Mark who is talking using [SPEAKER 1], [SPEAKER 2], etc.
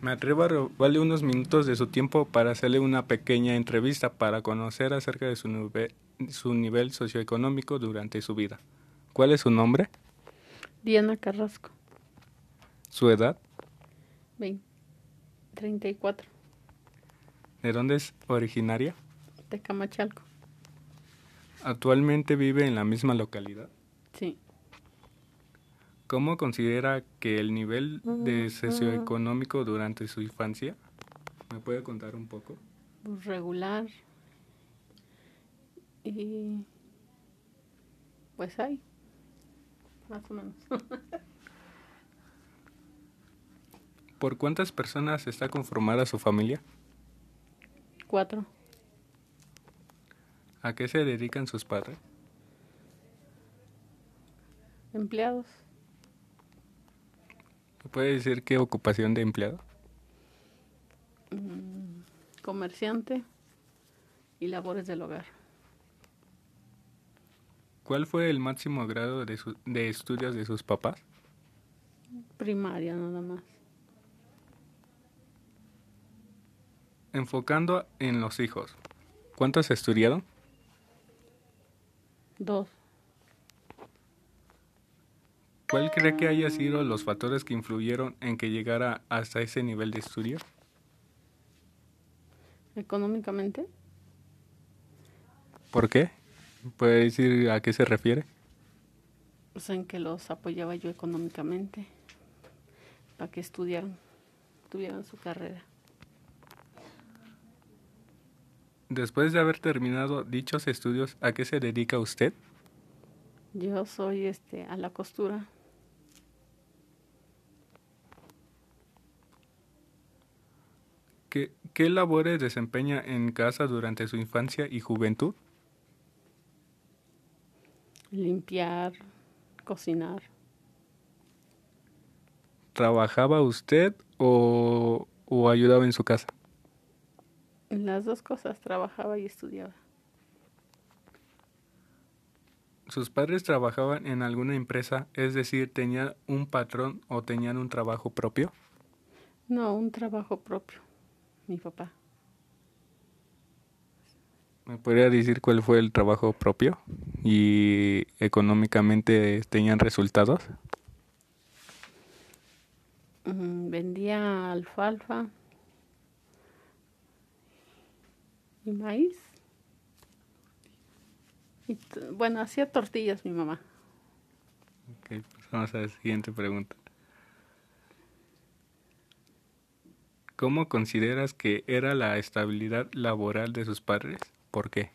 [SPEAKER 1] Me atrevo a robarle unos minutos de su tiempo para hacerle una pequeña entrevista para conocer acerca de su, nive- su nivel socioeconómico durante su vida. ¿Cuál es su nombre?
[SPEAKER 2] Diana Carrasco,
[SPEAKER 1] ¿Su edad?
[SPEAKER 2] 20, 34,
[SPEAKER 1] ¿De dónde es originaria?
[SPEAKER 2] Tecamachalco.
[SPEAKER 1] ¿Actualmente vive en la misma localidad?
[SPEAKER 2] Sí,
[SPEAKER 1] ¿Cómo considera que el nivel de socioeconómico durante su infancia? ¿Me puede contar un poco?
[SPEAKER 2] pues, regular. Y pues ahí, más o menos.
[SPEAKER 1] ¿Por cuántas personas está conformada su familia?
[SPEAKER 2] Cuatro,
[SPEAKER 1] ¿A qué se dedican sus padres?
[SPEAKER 2] empleados,
[SPEAKER 1] ¿Me puede decir qué ocupación de empleado?
[SPEAKER 2] comerciante y labores del hogar.
[SPEAKER 1] ¿Cuál fue el máximo grado de, su- de estudios de sus papás?
[SPEAKER 2] Primaria nada más.
[SPEAKER 1] Enfocando en los hijos. ¿Cuántos estudiaron?
[SPEAKER 2] Dos,
[SPEAKER 1] ¿Cuál cree que haya sido los factores que influyeron en que llegara hasta ese nivel de estudio?
[SPEAKER 2] económicamente.
[SPEAKER 1] ¿Por qué? ¿Puede decir a qué se refiere?
[SPEAKER 2] O sea, pues en que los apoyaba yo económicamente para que estudiaran, tuvieran su carrera.
[SPEAKER 1] Después de haber terminado dichos estudios, ¿a qué se dedica usted?
[SPEAKER 2] Yo soy este a la costura.
[SPEAKER 1] ¿Qué, qué labores desempeña en casa durante su infancia y juventud?
[SPEAKER 2] limpiar, cocinar.
[SPEAKER 1] ¿Trabajaba usted o, o ayudaba en su casa?
[SPEAKER 2] En Las dos cosas, trabajaba y estudiaba.
[SPEAKER 1] ¿Sus padres trabajaban en alguna empresa, es decir, tenían un patrón o tenían un trabajo propio?
[SPEAKER 2] No, un trabajo propio, mi papá.
[SPEAKER 1] ¿Me podría decir cuál fue el trabajo propio y económicamente tenían resultados?
[SPEAKER 2] Mm, vendía alfalfa y maíz. Y t- bueno, hacía tortillas mi mamá.
[SPEAKER 1] Ok, pues vamos a la siguiente pregunta. ¿Cómo consideras que era la estabilidad laboral de sus padres? ¿Por qué?